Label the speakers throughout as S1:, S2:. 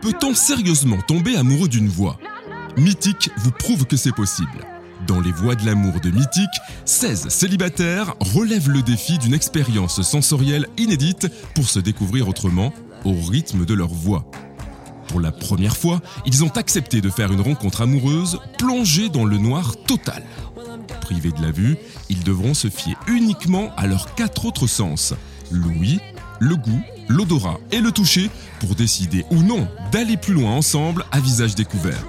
S1: Peut-on sérieusement tomber amoureux d'une voix Mythique vous prouve que c'est possible. Dans Les Voix de l'amour de Mythique, 16 célibataires relèvent le défi d'une expérience sensorielle inédite pour se découvrir autrement, au rythme de leur voix. Pour la première fois, ils ont accepté de faire une rencontre amoureuse plongée dans le noir total. Privés de la vue, ils devront se fier uniquement à leurs quatre autres sens, l'ouïe, le goût, l'odorat et le toucher, pour décider ou non d'aller plus loin ensemble à visage découvert.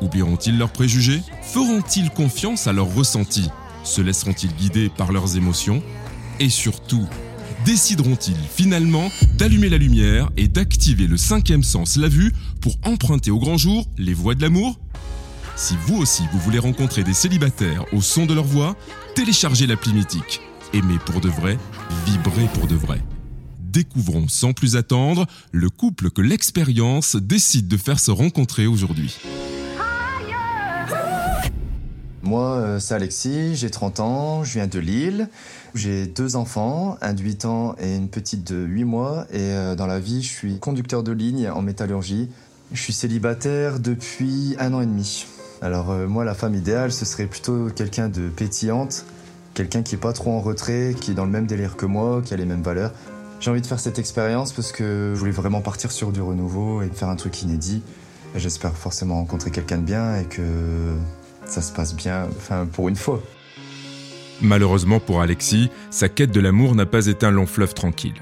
S1: Oublieront-ils leurs préjugés Feront-ils confiance à leurs ressentis Se laisseront-ils guider par leurs émotions Et surtout, décideront-ils finalement d'allumer la lumière et d'activer le cinquième sens, la vue, pour emprunter au grand jour les voies de l'amour Si vous aussi vous voulez rencontrer des célibataires au son de leur voix, téléchargez l'appli mythique. Aimez pour de vrai, vibrez pour de vrai. Découvrons sans plus attendre le couple que l'expérience décide de faire se rencontrer aujourd'hui.
S2: Moi, euh, c'est Alexis, j'ai 30 ans, je viens de Lille. J'ai deux enfants, un de 8 ans et une petite de 8 mois. Et euh, dans la vie, je suis conducteur de ligne en métallurgie. Je suis célibataire depuis un an et demi. Alors euh, moi, la femme idéale, ce serait plutôt quelqu'un de pétillante, quelqu'un qui est pas trop en retrait, qui est dans le même délire que moi, qui a les mêmes valeurs. J'ai envie de faire cette expérience parce que je voulais vraiment partir sur du renouveau et faire un truc inédit. Et J'espère forcément rencontrer quelqu'un de bien et que ça se passe bien, enfin pour une fois.
S1: Malheureusement pour Alexis, sa quête de l'amour n'a pas été un long fleuve tranquille.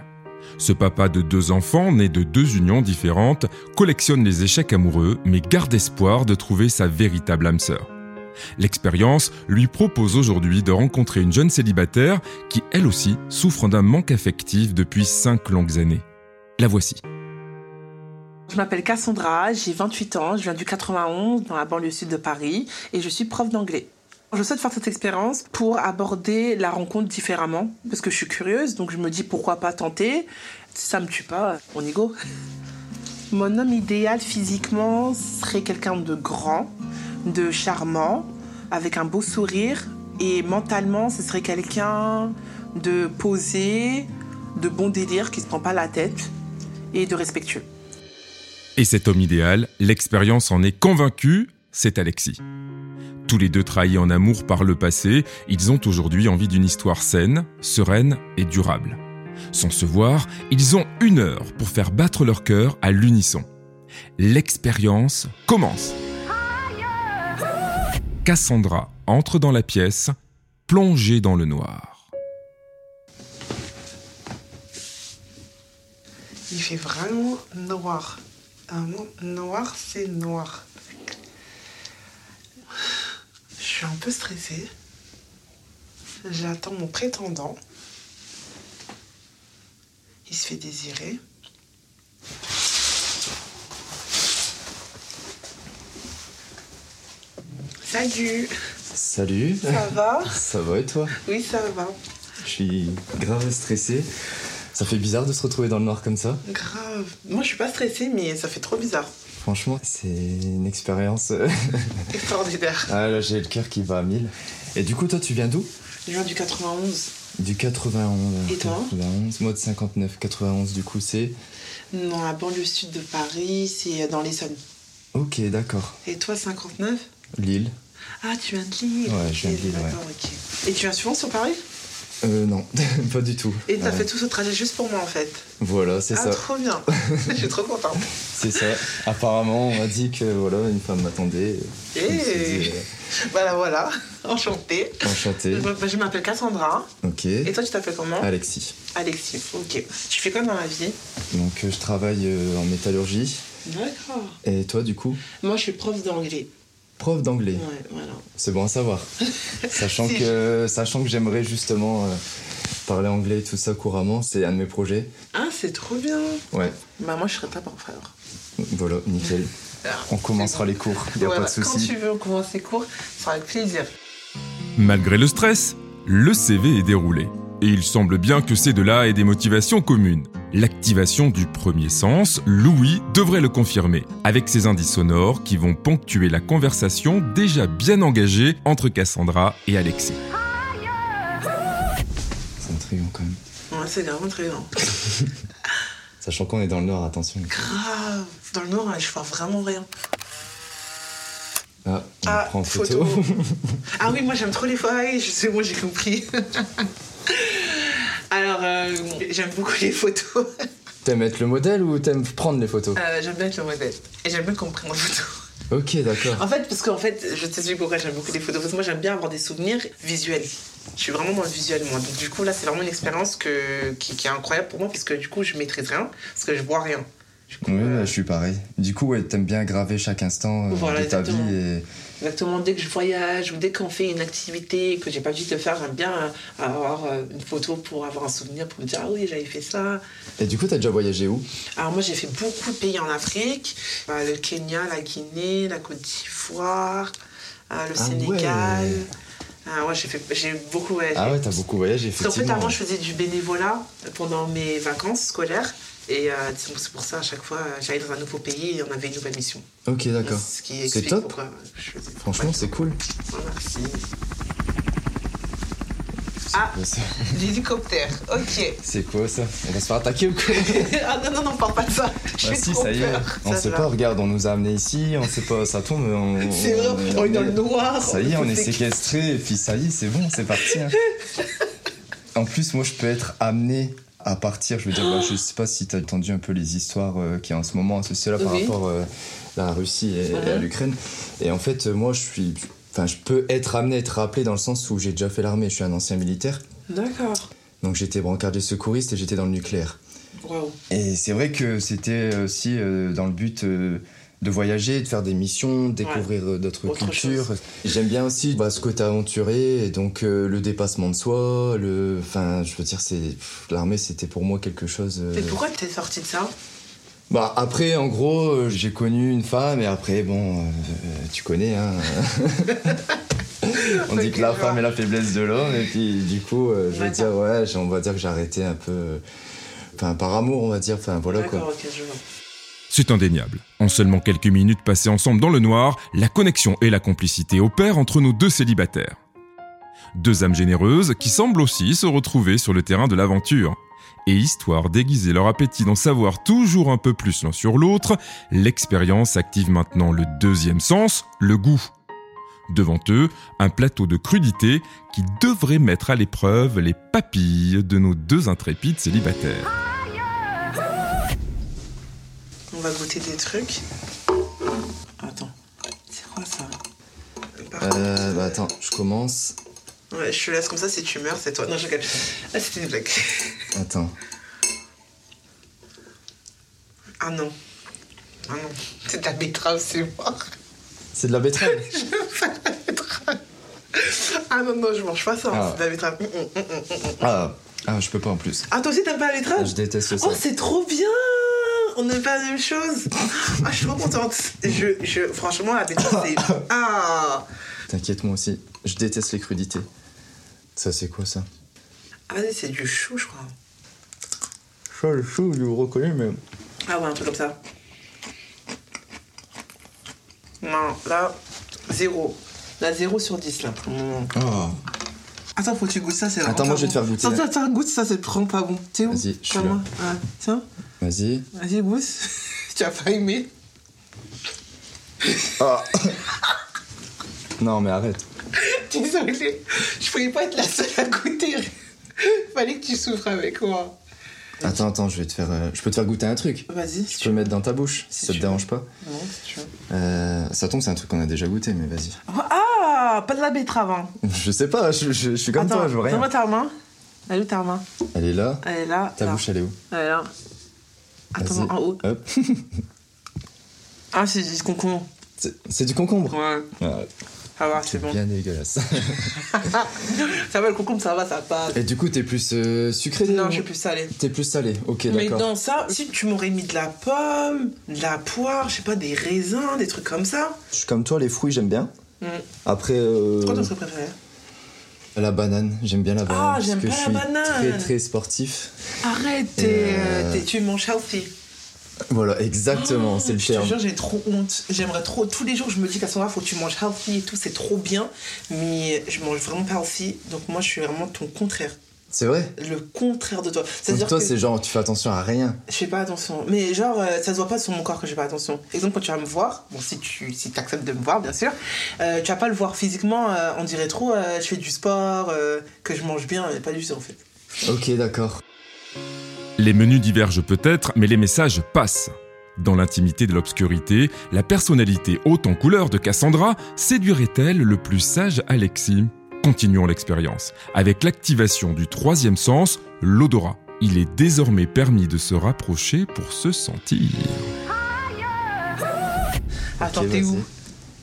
S1: Ce papa de deux enfants, né de deux unions différentes, collectionne les échecs amoureux, mais garde espoir de trouver sa véritable âme sœur. L'expérience lui propose aujourd'hui de rencontrer une jeune célibataire qui, elle aussi, souffre d'un manque affectif depuis cinq longues années. La voici.
S3: Je m'appelle Cassandra, j'ai 28 ans, je viens du 91 dans la banlieue sud de Paris et je suis prof d'anglais. Je souhaite faire cette expérience pour aborder la rencontre différemment parce que je suis curieuse donc je me dis pourquoi pas tenter. Si ça me tue pas, on y go. Mon homme idéal physiquement serait quelqu'un de grand, de charmant, avec un beau sourire et mentalement ce serait quelqu'un de posé, de bon délire qui se prend pas la tête et de respectueux.
S1: Et cet homme idéal, l'expérience en est convaincue, c'est Alexis. Tous les deux trahis en amour par le passé, ils ont aujourd'hui envie d'une histoire saine, sereine et durable. Sans se voir, ils ont une heure pour faire battre leur cœur à l'unisson. L'expérience commence. Cassandra entre dans la pièce, plongée dans le noir.
S4: Il fait vraiment noir. Un mot noir, c'est noir. Je suis un peu stressée. J'attends mon prétendant. Il se fait désirer. Salut,
S2: Salut,
S4: ça va
S2: ça va et toi
S4: Oui, ça va.
S2: Je suis grave stressé. Ça fait bizarre de se retrouver dans le noir comme ça.
S4: Grave. Moi, je suis pas stressée, mais ça fait trop bizarre.
S2: Franchement, c'est une expérience. euh,
S4: Extraordinaire.
S2: ah là, j'ai le cœur qui va à mille. Et du coup, toi, tu viens d'où
S4: Je viens du 91.
S2: Du 91.
S4: Et toi
S2: 91, moi de 59. 91, du coup, c'est.
S4: Dans la banlieue sud de Paris, c'est euh, dans l'Essonne.
S2: Ok, d'accord.
S4: Et toi, 59
S2: Lille.
S4: Ah, tu viens de Lille.
S2: Ouais, je viens de
S4: Ok,
S2: Lille, ouais.
S4: D'accord, ok. Et tu viens souvent sur Paris
S2: Euh, non, pas du tout.
S4: Et t'as
S2: Ouais.
S4: fait tout ce trajet juste pour moi en fait.
S2: Voilà, c'est
S4: ah,
S2: ça.
S4: trop bien. je suis trop contente.
S2: C'est ça. Apparemment, on m'a dit que voilà, une femme m'attendait. Je me suis
S4: Eh.
S2: dit,
S4: Voilà, voilà. Enchantée.
S2: euh, enchanté.
S4: Je m'appelle- je m'appelle Cassandra.
S2: Ok.
S4: Et toi, tu t'appelles comment
S2: Alexis.
S4: Alexis. Ok. Tu fais quoi dans la vie
S2: Donc, euh, je travaille euh, en métallurgie.
S4: D'accord.
S2: Et toi, du coup,
S4: Moi, je suis prof d'anglais.
S2: prof d'anglais.
S4: Ouais, voilà.
S2: C'est bon à savoir. sachant,
S4: Si.
S2: que, sachant que j'aimerais justement euh, parler anglais et tout ça couramment, c'est un de mes projets.
S4: Ah, c'est trop bien.
S2: Ouais,
S4: Bah, moi, je serais pas pour faire.
S2: voilà, nickel.
S4: Ah.
S2: On commencera les cours, y a
S4: Voilà.
S2: pas de souci.
S4: Quand tu veux, on commence les cours. Ça sera avec plaisir.
S1: Malgré le stress, le CV est déroulé. Et il semble bien que ces deux-là aient des motivations communes. L'activation du premier sens, Louis devrait le confirmer, avec ses indices sonores qui vont ponctuer la conversation déjà bien engagée entre Cassandra et Alexis.
S2: C'est intriguant quand même.
S4: Ouais, c'est vraiment très bien.
S2: Sachant qu'on est dans le nord, attention.
S4: Grave. Dans le nord, hein, je vois vraiment rien.
S2: Ah, on
S4: Ah,
S2: prend en
S4: photo.
S2: photo.
S4: Ah oui, moi j'aime trop les forêts, je sais, moi j'ai compris. Alors, euh, j'aime beaucoup les photos.
S2: T'aimes être le modèle ou t'aimes prendre les photos
S4: Euh, j'aime bien être le modèle. Et j'aime bien qu'on me prenne en photo.
S2: Ok, d'accord.
S4: En fait, parce qu'en fait, je t'explique pourquoi j'aime beaucoup les photos. Parce que moi, j'aime bien avoir des souvenirs visuels. Je suis vraiment dans le visuel, moi. Donc, du coup, là, c'est vraiment une expérience que, qui, qui est incroyable pour moi, parce que du coup, je maîtrise rien, parce que je vois rien. Du coup,
S2: Oui,
S4: euh,
S2: bah, je suis pareil. Du coup, ouais, t'aimes bien graver chaque instant euh,
S4: Voilà,
S2: de ta
S4: exactement.
S2: vie et
S4: Exactement, dès que je voyage ou dès qu'on fait une activité que j'ai pas envie de faire, j'aime bien euh, avoir euh, une photo pour avoir un souvenir, pour me dire ah oui, j'avais fait ça.
S2: Et du coup, t'as déjà voyagé où
S4: Alors moi, j'ai fait beaucoup de pays en Afrique, Bah, le Kenya, la Guinée, la Côte d'Ivoire, euh, le
S2: Ah
S4: Sénégal.
S2: ouais.
S4: Ah ouais, j'ai fait j'ai beaucoup voyagé.
S2: Ah ouais, t'as beaucoup voyagé,
S4: Parce qu'en fait,
S2: effectivement.
S4: avant, je faisais du bénévolat pendant mes vacances scolaires. Et euh, c'est c'est pour ça, à chaque fois, euh, j'allais dans un nouveau pays et on avait une nouvelle mission.
S2: Ok, d'accord.
S4: Ce qui
S2: C'est
S4: explique
S2: top.
S4: pourquoi je faisais-
S2: Franchement, c'est cool.
S4: Ouais, merci. Ah, l'hélicoptère, ok.
S2: C'est quoi ça On va se faire attaquer ou quoi
S4: ah non, non, non, parle pas de ça. Je
S2: Bah
S4: fais
S2: si,
S4: trop
S2: ça y est.
S4: peur.
S2: On
S4: Ça
S2: sait
S4: va.
S2: pas, regarde, on nous a amenés ici, on sait pas, ça tombe. On,
S4: C'est vrai, on est dans le noir.
S2: Ça y est, on est
S4: fait-
S2: séquestrés, et puis ça y est, c'est bon, c'est parti. hein. en plus, moi, je peux être amené à partir. Je veux dire, bah, je sais pas si t'as entendu un peu les histoires euh, qui en ce moment associées là par
S4: Oui.
S2: rapport euh, à la Russie et, et à
S4: Ouais.
S2: l'Ukraine. Et en fait, euh, moi, je suis. Enfin, je peux être amené à être rappelé dans le sens où j'ai déjà fait l'armée, je suis un ancien militaire.
S3: D'accord.
S2: Donc j'étais brancardier secouriste et j'étais dans le nucléaire.
S4: Waouh.
S2: Et c'est vrai que c'était aussi euh, dans le but euh, de voyager, de faire des missions, de découvrir euh, d'autres
S4: Autre
S2: cultures. J'aime bien aussi bah, ce côté aventuré, et donc euh, le dépassement de soi, le... Enfin, je veux dire, c'est... pff, L'armée, c'était pour moi quelque chose... euh,
S4: Mais pourquoi t'es sorti de ça
S2: Bah, après, en gros, euh, j'ai connu une femme, et après, bon, euh, tu connais, hein... On dit que la
S4: Ok, je
S2: femme
S4: vois.
S2: est la faiblesse de l'homme, et puis du coup, euh, je veux
S4: D'accord.
S2: dire, ouais, j'ai- on va dire que j'ai arrêté un peu... euh, Enfin, par amour, on va dire, enfin, voilà quoi.
S4: D'accord, ok, je vois.
S1: C'est indéniable. En seulement quelques minutes passées ensemble dans le noir, la connexion et la complicité opèrent entre nos deux célibataires. Deux âmes généreuses qui semblent aussi se retrouver sur le terrain de l'aventure. Et histoire d'aiguiser leur appétit d'en savoir toujours un peu plus l'un sur l'autre, l'expérience active maintenant le deuxième sens, le goût. Devant eux, un plateau de crudité qui devrait mettre à l'épreuve les papilles de nos deux intrépides célibataires.
S4: On va goûter des trucs.
S3: Attends. C'est quoi ça
S4: Par
S2: Euh, bah attends, je commence. Euh.
S4: contre, ouais, je te laisse comme ça, si tu meurs, c'est toi. Non, je rigole. Ah, c'était une blague.
S2: Attends.
S4: Ah non. Ah non. C'est de la betterave, c'est mort.
S2: C'est de la betterave
S4: Ah non, non, je mange pas ça.
S2: Ah.
S4: C'est de la betterave. Mm, mm, mm, mm, mm.
S2: ah, ah, je peux pas en plus.
S4: Ah, toi aussi, t'aimes pas la
S2: Ah,
S4: betterave
S2: Je déteste ça.
S4: Oh, c'est trop bien On n'aime pas la même chose. Ah, je suis trop contente. Je, je, franchement, la betterave, c'est. Ah
S2: T'inquiète, moi aussi. Je déteste les crudités. Ça, c'est quoi ça
S4: Ah, vas-y, c'est du chou, je crois.
S2: Ça, le chou, je le reconnais, mais.
S4: Ah ouais, un truc comme ça. Non, là, zéro. Là, zéro sur 10, là. Mm.
S2: Oh,
S3: Attends, faut que tu goûtes ça, c'est
S2: Attends,
S3: vraiment
S2: moi,
S3: pas
S2: je vais te
S3: bon.
S2: faire goûter.
S3: Attends, attends, goûte ça, c'est vraiment pas bon. T'es où
S2: Vas-y, je suis
S3: Comme
S2: là.
S3: moi. Ouais. Tiens,
S2: vas-y.
S3: vas-y, goûte.
S4: Tu as pas aimé
S2: Ah Non, mais arrête.
S4: Désolée, je pouvais pas être la seule à goûter. Fallait que tu souffres avec moi.
S2: Attends, attends, je vais te faire. euh, Je peux te faire goûter un truc.
S4: Vas-y, si
S2: Je
S4: tu
S2: peux le mettre dans ta bouche, si
S4: Si
S2: ça te
S4: tu
S2: dérange pas.
S4: veux. Non, si tu veux.
S2: Euh, ça tombe, c'est un truc qu'on a déjà goûté, mais vas-y.
S3: Ah, pas de la betterave. Hein.
S2: Je sais pas, je, je- je suis comme
S3: Attends,
S2: toi, je vois rien.
S3: donne-moi ta main. Elle est où ta main
S2: Elle est là,
S3: Elle est là.
S2: ta
S3: là.
S2: bouche, elle est où
S3: Elle est là. Attends,
S2: Vas-y.
S3: en haut.
S2: Hop.
S3: Ah, c'est du concombre.
S2: C'est- C'est du concombre.
S3: Ouais,
S2: Ah,
S3: ça va, c'est
S2: c'est
S3: bon.
S2: bien dégueulasse.
S4: Ça va, le concombre, ça va, ça passe.
S2: Et du coup, t'es plus euh, sucré
S4: Non,
S2: ou-
S4: je suis plus salée.
S2: T'es plus salé, ok,
S4: Mais
S2: d'accord.
S4: dans ça, si tu m'aurais mis de la pomme, de la poire, je sais pas, des raisins, des trucs comme ça.
S2: Je suis comme toi, les fruits, j'aime bien.
S4: Mm.
S2: Après, euh,
S4: Quoi ton truc préféré
S2: la banane, j'aime bien la banane. parce
S4: Ah, j'aime
S2: que
S4: pas
S2: je
S4: la
S2: suis
S4: banane.
S2: Très, très sportif.
S4: Arrête,
S2: Et,
S4: t'es,
S2: euh,
S4: euh, t'es- tu manges healthy.
S2: Voilà, exactement,
S4: Oh,
S2: c'est le
S4: Je te
S2: terme.
S4: jure, j'ai trop honte. J'aimerais trop. Tous les jours, je me dis qu'à ce moment-là, faut que tu manges healthy et tout, c'est trop bien. Mais je mange vraiment pas healthy. Donc moi, je suis vraiment ton contraire.
S2: C'est vrai.
S4: Le contraire de toi.
S2: Donc
S4: C'est-à-dire
S2: toi,
S4: que
S2: c'est genre, tu fais attention à rien.
S4: je fais pas attention. Mais genre, euh, ça se voit pas sur mon corps que je fais pas attention. Exemple, quand tu vas me voir, bon, si tu si acceptes de me voir, bien sûr, euh, tu vas pas le voir physiquement. euh, on dirait trop, euh, je fais du sport, euh, que je mange bien, mais pas du tout en fait.
S2: Ok, d'accord.
S1: Les menus divergent peut-être, mais les messages passent. Dans l'intimité de l'obscurité, la personnalité haute en couleur de Cassandra séduirait-elle le plus sage Alexis Continuons l'expérience. Avec l'activation du troisième sens, l'odorat. Il est désormais permis de se rapprocher pour se sentir.
S4: Attends,
S2: Ok,
S4: t'es où
S2: vas-y.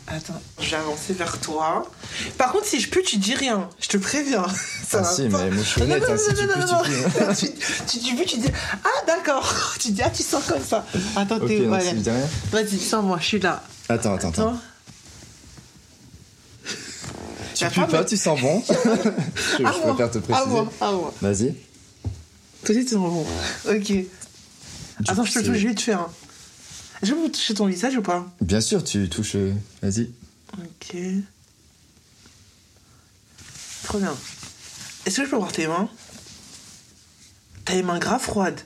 S4: Attends, je vais avancer vers toi. Par contre, si je pue, tu dis rien. Je te préviens. Ça
S2: Ah
S4: va
S2: si,
S4: pas.
S2: mais moi je suis
S4: Non, non,
S2: honnête,
S4: non,
S2: hein, si
S4: non,
S2: tu
S4: non,
S2: peux,
S4: non,
S2: tu
S4: non. tu, tu, tu pue, tu dis Ah, d'accord. tu dis Ah, tu sens comme ça. Attends,
S2: peux.
S4: t'es où
S2: ok, donc
S4: Allez.
S2: tu me dis rien.
S4: Vas-y, sens-moi, je suis là.
S2: Attends, attends, attends.
S4: Attends.
S2: Tu pues pas, tu sens bon. je, je préfère te
S4: Ah
S2: préciser.
S4: bon, ah bon.
S2: Vas-y.
S4: Toi aussi, tu sens bon. Ok. Attends, je te touche, je vais te faire un. Je vais toucher ton visage ou pas
S2: Bien sûr, tu touches. euh, Vas-y.
S4: Ok. Trop bien. Est-ce que je peux voir tes mains T'as les mains grave froides.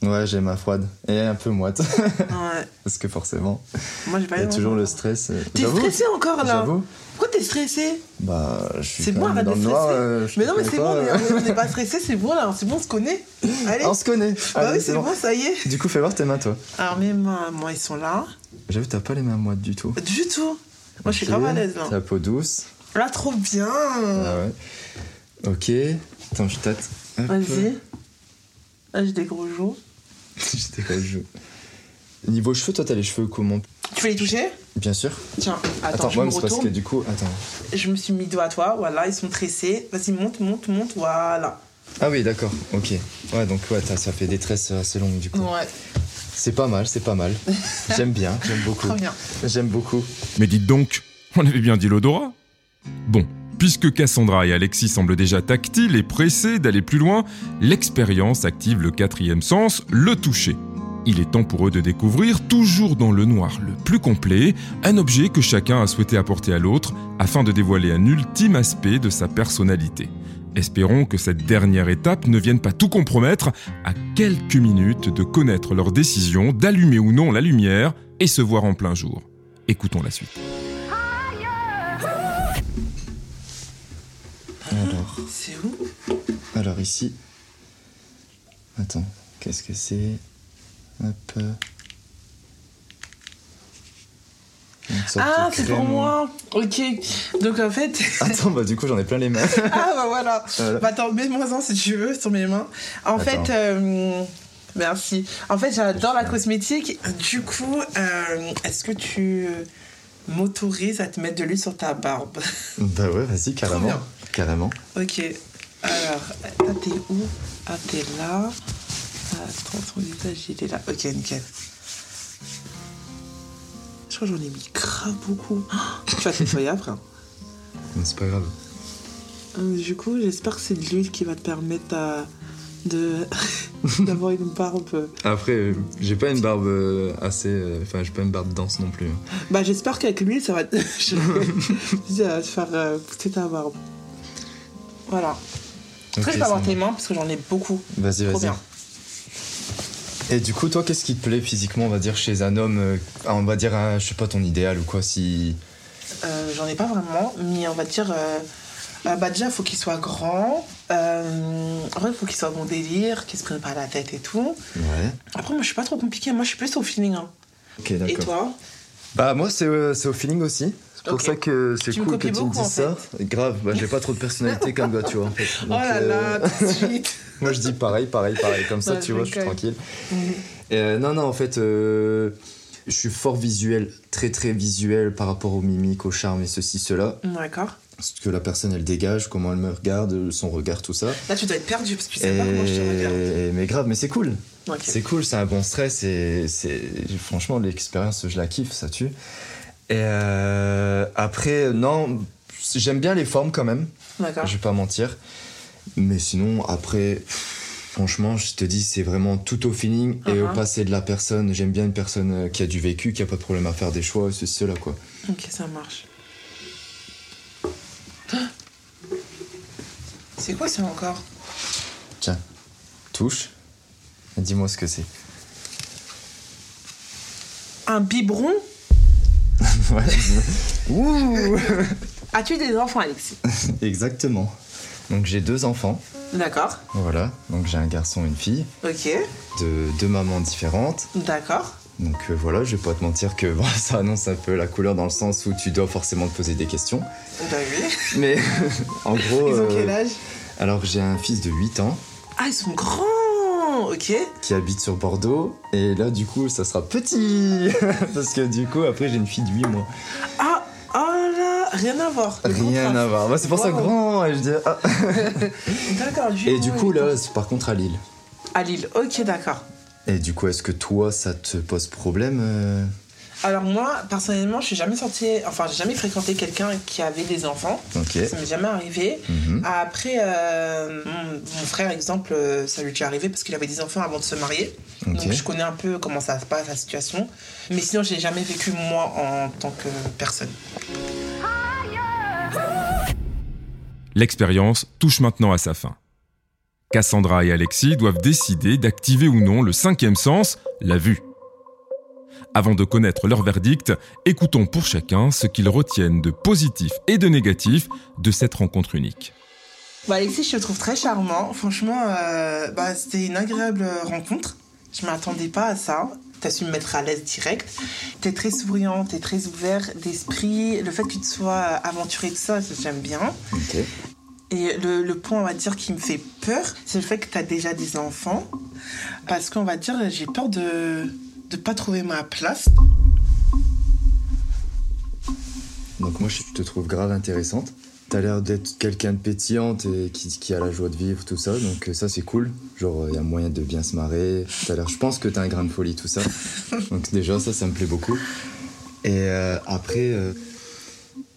S2: Ouais, j'ai ma froide. Et un peu moite.
S4: Ouais.
S2: Parce que forcément,
S4: Moi, j'ai pas
S2: il y a
S4: les mains
S2: toujours le
S4: froides.
S2: stress. euh,
S4: T'es
S2: j'avoue.
S4: stressé encore là
S2: J'avoue.
S4: Pourquoi t'es stressé
S2: Bah, je suis
S4: C'est
S2: quand
S4: bon,
S2: même
S4: arrête
S2: dans
S4: de
S2: le
S4: stresser.
S2: noir. euh, je
S4: mais
S2: te
S4: non, mais
S2: connais
S4: c'est
S2: pas,
S4: bon,
S2: euh.
S4: on est- on n'est pas stressé, c'est bon là, c'est bon, on se connaît. Allez.
S2: On se connaît.
S4: Bah
S2: Allez,
S4: oui, c'est bon, ça y est.
S2: Du coup, fais voir tes mains, toi.
S4: Alors mes mains, moi, ils sont là.
S2: J'avoue, t'as pas les mains moites du tout.
S4: Du tout. Moi, je suis
S2: Ok.
S4: grave à l'aise là.
S2: Ta peau douce.
S4: Là, trop bien.
S2: Ah ouais. Ok. Attends, je tâte. Hop.
S4: Vas-y. Là, j'ai des gros joues.
S2: J'étais quoi, je- Niveau cheveux, toi, t'as les cheveux comment
S4: Tu veux les toucher
S2: Bien sûr.
S4: Tiens, attends, je
S2: ouais,
S4: me
S2: mais c'est parce
S4: retourne.
S2: que du coup, attends.
S4: Je me suis mis dos à toi, voilà, ils sont tressés. Vas-y, monte, monte, monte, voilà.
S2: Ah oui, d'accord. Ok. Ouais, donc ouais, t'as- ça fait des tresses assez longues du coup.
S4: Ouais,
S2: C'est pas mal, c'est pas mal. J'aime bien, j'aime beaucoup.
S4: trop bien.
S2: J'aime beaucoup.
S1: Mais dites donc, on avait bien dit l'odorat Bon, puisque Cassandra et Alexis semblent déjà tactiles et pressés d'aller plus loin, l'expérience active le quatrième sens, le toucher. Il est temps pour eux de découvrir, toujours dans le noir le plus complet, un objet que chacun a souhaité apporter à l'autre afin de dévoiler un ultime aspect de sa personnalité. Espérons que cette dernière étape ne vienne pas tout compromettre à quelques minutes de connaître leur décision d'allumer ou non la lumière et se voir en plein jour. Écoutons la suite.
S2: Alors,
S4: C'est où
S2: alors ici. Attends, qu'est-ce que c'est Hop. euh. Une sorte
S4: Ah,
S2: de
S4: c'est pour
S2: crème.
S4: moi. Ok. Donc en fait.
S2: Attends, bah du coup, j'en ai plein les mains.
S4: ah bah voilà.
S2: Voilà.
S4: Bah attends, mets-moi en si tu veux sur mes mains. En
S2: Attends.
S4: fait. euh, Merci. En fait, j'adore la
S2: Merci.
S4: cosmétique. Du coup, euh, est-ce que tu m'autorises à te mettre de l'huile sur ta barbe
S2: bah ouais, vas-y, carrément.
S4: bien.
S2: Carrément.
S4: Ok. Alors, ah, t'es où Ah, t'es là. Ah, Attends, ton visage, il est là. Ok, nickel. Je crois que j'en ai mis grave beaucoup. Ah, Tu vas te nettoyer après. hein.
S2: Mais C'est pas grave.
S4: Hum, Du coup, j'espère que c'est de l'huile qui va te permettre à- de d'avoir une barbe.
S2: Après, euh, j'ai pas une barbe euh, assez. euh, Enfin, j'ai pas une barbe dense non plus. hein.
S4: Bah, j'espère qu'avec l'huile, ça va te ça va te faire euh, pousser ta barbe. Voilà. Après,
S2: Ok, ça
S4: je peux avoir
S2: marche.
S4: tes mains parce que j'en ai beaucoup.
S2: Vas-y,
S4: Trop
S2: vas-y.
S4: bien.
S2: Et du coup, toi, qu'est-ce qui te plaît physiquement, on va dire, chez un homme euh, ah, On va dire, un- je sais pas, ton idéal ou quoi si...
S4: Euh, j'en ai pas vraiment, mais on va dire. euh, euh, bah déjà, faut qu'il soit grand. Euh, en vrai, faut qu'il soit bon délire, qu'il se prenne pas la tête et tout.
S2: Ouais.
S4: Après, moi, je suis pas trop compliquée. Moi, je suis plus au feeling. hein.
S2: Ok,
S4: Et
S2: d'accord.
S4: toi
S2: Bah, moi, c'est euh, c'est au feeling aussi. C'est pour
S4: Ok.
S2: ça que c'est
S4: Tu me
S2: cool que
S4: copies
S2: tu me
S4: beaucoup,
S2: dises
S4: en
S2: ça. Grave, bah, j'ai pas trop de personnalité comme toi, tu vois. en fait.
S4: Oh
S2: Donc,
S4: là
S2: euh,
S4: là, tout de suite.
S2: Moi, je dis pareil, pareil, pareil. Comme ça,
S4: Ouais, Mhm.
S2: tu
S4: je
S2: vois, je suis
S4: rigole.
S2: tranquille. Et, euh, non, non, en fait, euh, je suis fort visuel, très, très visuel par rapport aux mimiques, au charme et ceci, cela.
S4: D'accord.
S2: Ce que la personne, elle dégage, comment elle me regarde, son regard, tout ça.
S4: Là, tu dois être perdu parce que tu sais pas comment je te regarde.
S2: Et... Mais grave, mais c'est cool.
S4: Ok.
S2: Euh, C'est cool, c'est un bon stress et c'est franchement l'expérience, je la kiffe, ça tue. Et euh, après, non, j'aime bien les formes quand même,
S4: D'accord.
S2: je vais pas mentir. Mais sinon, après, pff, franchement, je te dis, c'est vraiment tout au feeling et au
S4: Uh-huh.
S2: passé de la personne. J'aime bien une personne euh, qui a du vécu, qui a pas de problème à faire des choix, ceci, cela quoi.
S4: Ok, ça marche. C'est quoi ça encore
S2: Tiens, touche. Dis-moi ce que c'est.
S4: Un biberon
S2: Ouais. Ouh
S4: As-tu des enfants, Alexis
S2: Exactement. Donc j'ai deux enfants.
S4: D'accord.
S2: Voilà. Donc j'ai un garçon et une fille
S4: Ok.
S2: de deux mamans différentes.
S4: D'accord.
S2: Donc euh, voilà, je vais pas te mentir que bon, ça annonce un peu la couleur dans le sens où tu dois forcément te poser des questions.
S4: Bah oui.
S2: Mais en gros,
S4: Ils ont
S2: euh,
S4: quel âge
S2: alors j'ai un fils de 8 ans
S4: Ah, ils sont grands Ok.
S2: qui habite sur Bordeaux et là du coup ça sera petit parce que du coup après j'ai une fille de 8 mois.
S4: Ah, oh là Rien à voir. Le
S2: Rien à
S4: contraste.
S2: voir. Bah, c'est pour ça
S4: Wow.
S2: grand et je dis ah.
S4: D'accord.
S2: Et du coup
S4: oui.
S2: là c'est par contre à Lille.
S4: À Lille, ok, d'accord.
S2: Et du coup est-ce que toi ça te pose problème euh,
S4: Alors moi, personnellement, je suis jamais sortie, enfin, j'ai jamais fréquenté quelqu'un qui avait des enfants.
S2: Ok.
S4: Ça m'est jamais arrivé.
S2: Mhm.
S4: Après, euh, mon, mon frère, exemple, euh, ça lui est arrivé parce qu'il avait des enfants avant de se marier.
S2: Ok.
S4: Donc je connais un peu comment ça se passe, la situation. Mais sinon, j'ai jamais vécu moi en tant que personne.
S1: L'expérience touche maintenant à sa fin. Cassandra et Alexis doivent décider d'activer ou non le cinquième sens, la vue. Avant de connaître leur verdict, écoutons pour chacun ce qu'ils retiennent de positif et de négatif de cette rencontre unique.
S4: Bah, Alexis, je te trouve très charmant. Franchement, euh, bah, c'était une agréable euh, rencontre. Je m'attendais pas à ça. T'as su me mettre à l'aise direct. T'es très souriant, t'es très ouvert d'esprit. Le fait que tu te sois aventuré de ça, ça, j'aime bien.
S2: Ok.
S4: Et le, le point, on va dire, qui me fait peur, c'est le fait que t'as déjà des enfants. Parce qu'on va dire, j'ai peur de de pas trouver ma place.
S2: Donc moi je te trouve grave intéressante. T'as l'air d'être quelqu'un de pétillante et qui, qui a la joie de vivre, tout ça, donc euh, ça c'est cool. Genre il y a moyen de bien se marrer. T'as l'air, je pense que t'as un grain de folie, tout ça. Donc déjà ça, ça me plaît beaucoup. Et euh, après, euh,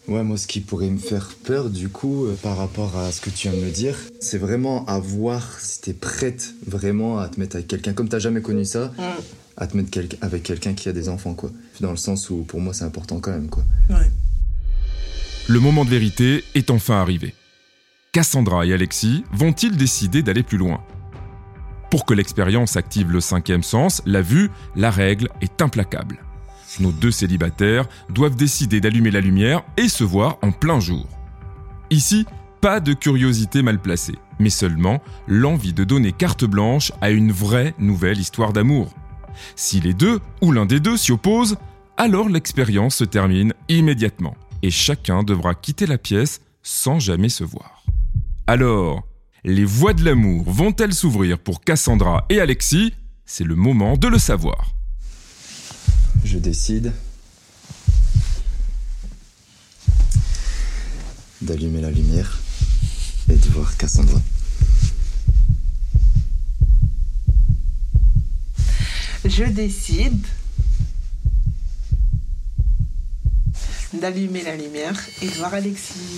S2: ouais moi ce qui pourrait me faire peur du coup euh, par rapport à ce que tu viens de me dire, c'est vraiment à voir si t'es prête vraiment à te mettre avec quelqu'un comme t'as jamais connu ça,
S4: Mm.
S2: à te mettre quel- avec quelqu'un qui a des enfants quoi. Dans le sens où pour moi c'est important quand même quoi.
S4: Ouais.
S1: Le moment de vérité est enfin arrivé. Cassandra et Alexis vont-ils décider d'aller plus loin Pour que l'expérience active le cinquième sens, la vue, la règle est implacable. Nos deux célibataires doivent décider d'allumer la lumière et se voir en plein jour. Ici, pas de curiosité mal placée, mais seulement l'envie de donner carte blanche à une vraie nouvelle histoire d'amour. Si les deux, ou l'un des deux, s'y opposent, alors l'expérience se termine immédiatement et chacun devra quitter la pièce sans jamais se voir. Alors, les voies de l'amour vont-elles s'ouvrir pour Cassandra et Alexis C'est le moment de le savoir.
S2: Je décide d'allumer la lumière et de voir Cassandra.
S4: Je décide d'allumer la lumière et de voir Alexis.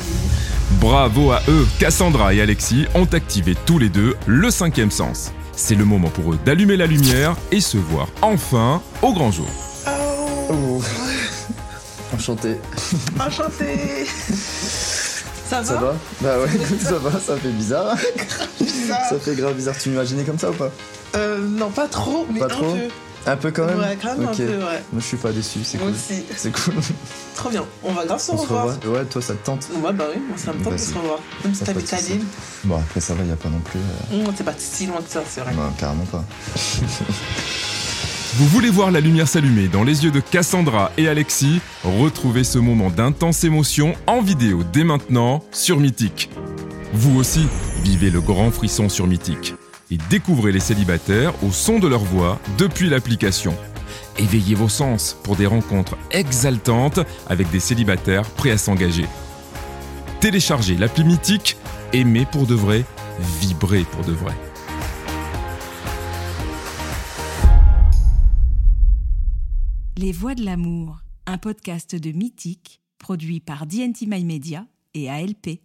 S1: Bravo à eux, Cassandra et Alexis ont activé tous les deux le cinquième sens. C'est le moment pour eux d'allumer la lumière et se voir enfin au grand jour.
S4: Oh,
S2: Oh. Enchanté.
S4: Enchanté Ça va,
S2: Ça va Bah ouais, ça va, ça fait bizarre.
S4: Ça-
S2: Ça fait grave bizarre. Tu m'imaginais comme ça ou pas
S4: Euh, Non, pas trop, mais
S2: Pas
S4: un
S2: trop
S4: peu.
S2: Un peu quand même
S4: Ouais, quand même
S2: Ok.
S4: un peu, ouais.
S2: Moi je suis pas déçu, c'est
S4: Moi
S2: cool.
S4: aussi.
S2: C'est cool.
S4: Trop bien, on va grave se
S2: On se
S4: revoir.
S2: revoit. Ouais, toi ça te tente.
S4: Ouais, bah oui, moi, ça me tente de
S2: Vas-y.
S4: se revoir. Même si
S2: Y a pas de
S4: t'habites à
S2: souci.
S4: Lille,
S2: Bon, après ça va, y a pas non plus. euh,
S4: on t'es pas si loin que ça, c'est vrai.
S2: bah, carrément pas.
S1: Vous voulez voir la lumière s'allumer dans les yeux de Cassandra et Alexis Retrouvez ce moment d'intense émotion en vidéo dès maintenant sur Mythique. Vous aussi, vivez le grand frisson sur Mythique et découvrez les célibataires au son de leur voix depuis l'application. Éveillez vos sens pour des rencontres exaltantes avec des célibataires prêts à s'engager. Téléchargez l'appli Mythique, aimez pour de vrai, vibrez pour de vrai.
S5: Les Voix de l'amour, un podcast de Mythique, produit par DNT My Media et ALP.